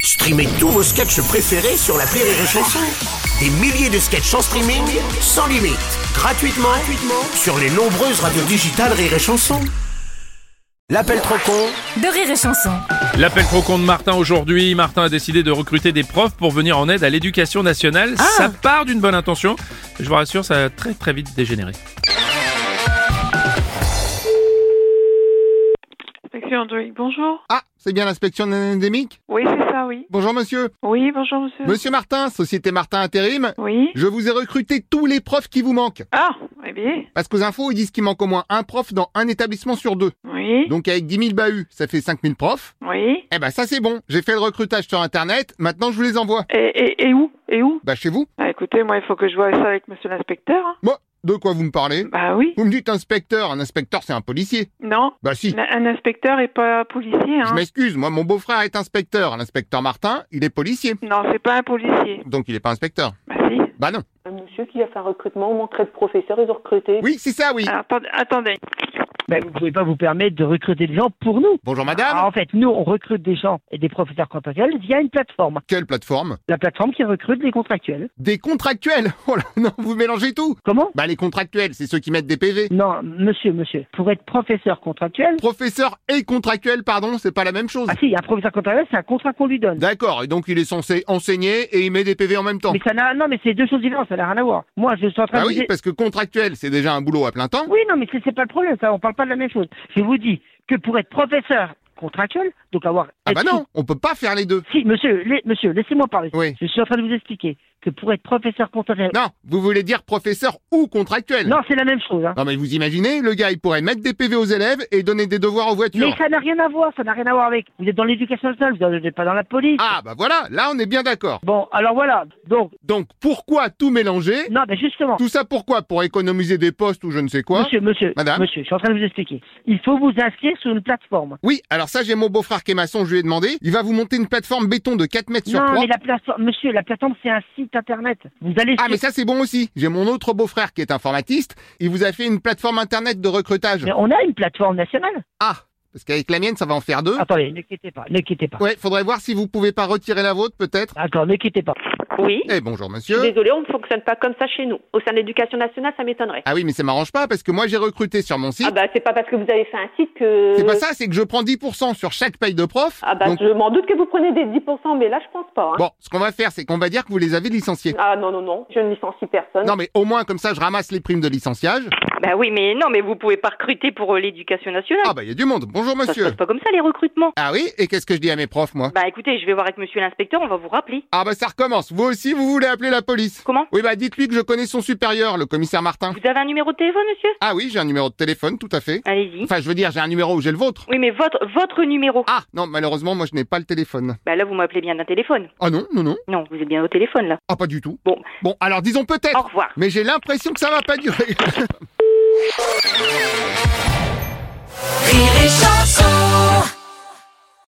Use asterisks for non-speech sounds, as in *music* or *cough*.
Streamez tous vos sketchs préférés sur la Rire et Chanson. Des milliers de sketchs en streaming, sans limite, gratuitement, gratuitement sur les nombreuses radios digitales Rire et Chanson. L'appel trop con de rire et chanson. L'appel trop con de Martin aujourd'hui. Martin a décidé de recruter des profs pour venir en aide à l'éducation nationale. Ça part d'une bonne intention. Je vous rassure, ça a très très vite dégénéré. Inspection Android, bonjour. Ah, c'est bien l'inspection non endémique Oui, c'est ça, oui. Bonjour monsieur. Oui, bonjour, monsieur. Monsieur Martin, Société Martin Intérim. Oui. Je vous ai recruté tous les profs qui vous manquent. Ah, eh bien, Parce qu'aux infos, ils disent qu'il manque au moins un prof dans un établissement sur deux. oui, Donc avec 10 000 bahuts, ça fait 5 000 profs. oui. Eh ben ça c'est bon, j'ai fait le recrutage sur internet, maintenant je vous les envoie. Et, et, et où Et où Bah chez vous Bah écoutez, moi, il faut que je vois ça avec monsieur l'inspecteur. hein. Moi, de quoi vous me parlez Bah oui. Vous me dites inspecteur, un inspecteur c'est un policier. Non, Bah si. un- un inspecteur est pas policier, Je hein. m'excuse, moi mon beau-frère est inspecteur, l'inspecteur Martin, il est policier. Non, c'est pas un policier. Donc il est pas inspecteur. Bah si. Bah non. Un Euh, monsieur qui a fait un recrutement, on manquerait de professeurs, ils ont recruté. Oui, c'est ça, oui. Alors, Ah, attendez, attendez. Ben, vous pouvez pas vous permettre de recruter des gens pour nous. Bonjour madame. Ah, en fait, nous, on recrute des gens et des professeurs contractuels via une plateforme. Quelle plateforme La plateforme qui recrute les contractuels. Des contractuels *laughs* Oh là, non, vous mélangez tout Comment Bah les contractuels, c'est ceux qui mettent des PV. Non, monsieur, monsieur. Pour être professeur contractuel, Professeur et contractuel, pardon, c'est pas la même chose. ah si, un professeur contractuel, c'est un contrat qu'on lui donne. Oh. D'accord, et donc il est censé enseigner et il met des PV en même temps. Mais ça n'a, non, mais c'est deux choses différentes, ça n'a rien à voir. Moi, je suis en train Bah de vous oui, dire- parce que contractuel, c'est déjà un boulot à plein temps. Oui, non, mais c'est c'est pas le problème, ça, on parle pas de la même chose. Je vous dis que pour être professeur contractuel, donc avoir... Ah bah être- non, on peut pas faire les deux. Si, monsieur, la- monsieur, laissez-moi parler. Oui. Je suis en train de vous expliquer que pour être professeur contractuel... Non, vous voulez dire professeur ou contractuel Non, c'est la même chose, hein. Non, mais vous imaginez, le gars, il pourrait mettre des PV aux élèves et donner des devoirs aux Mais voitures. ça n'a rien à voir, ça n'a rien à voir avec. Vous êtes dans l'éducation nationale, vous n'êtes pas dans la police. Ah bah voilà, là on est bien d'accord. Bon, alors voilà. Donc, Donc pourquoi tout mélanger non, mais justement, Tout ça pourquoi Pour économiser des postes ou je ne sais quoi monsieur, monsieur, Madame monsieur, je suis en train de vous expliquer. Il faut vous inscrire sur une plateforme. Oui, alors ça, j'ai mon beau-frère qui est maçon, je lui ai demandé. Il va vous monter une plateforme béton de 4 mètres sur non, 3. mais la plateforme, monsieur, la plateforme, c'est un site internet. Vous allez Ah, sur- mais ça, c'est bon aussi. J'ai mon autre beau-frère qui est informatiste. Il vous a fait une plateforme internet de recrutage. Mais on a une plateforme nationale. Ah, parce qu'avec la mienne, ça va en faire deux. Attendez, ne quittez pas, ne quittez pas. Ouais, faudrait voir si vous pouvez pas retirer la vôtre, peut-être. D'accord, ne quittez pas. Oui. Eh, bonjour, Je suis monsieur. désolée, on ne fonctionne pas comme ça chez nous. Au sein de l'éducation nationale, ça m'étonnerait. Ah oui, mais ça m'arrange pas parce que moi, j'ai recruté sur mon site. Ah bah, c'est pas parce que vous avez fait un site que... C'est pas ça, c'est que je prends 10% sur chaque paye de prof. Ah bah, Donc, je m'en doute que vous prenez des 10%, mais là, je pense pas. hein. bon, ce qu'on va faire, c'est qu'on va dire que vous les avez licenciés. Ah non, non, non, je ne licencie personne. Non, mais au moins, comme ça, je ramasse les primes de licenciage. Bah oui, mais non, mais vous pouvez pas recruter pour euh, l'éducation nationale. Ah, bah, il y a du monde. Bonjour, ça se passe monsieur. pas comme ça les recrutements. Ah oui, et qu'est-ce que je dis à mes profs, moi Bah écoutez, je vais voir avec monsieur l'inspecteur, on va vous rappeler. Ah bah ça recommence. Vous aussi, vous voulez appeler la police Comment Oui bah dites-lui que je connais son supérieur, le commissaire Martin. Vous avez un numéro de téléphone, monsieur Ah oui, j'ai un numéro de téléphone, tout à fait. Allez-y. Enfin, je veux dire, j'ai un numéro où j'ai le vôtre. Oui, mais votre votre numéro. Ah non, malheureusement, moi je n'ai pas le téléphone. Bah là, vous m'appelez bien d'un téléphone. Ah non, non, non. Non, vous êtes bien au téléphone là. Ah pas du tout. Bon. Bon, alors disons peut-être. Au revoir. Mais j'ai l'impression que ça va pas *laughs* durer. Rire et chanson.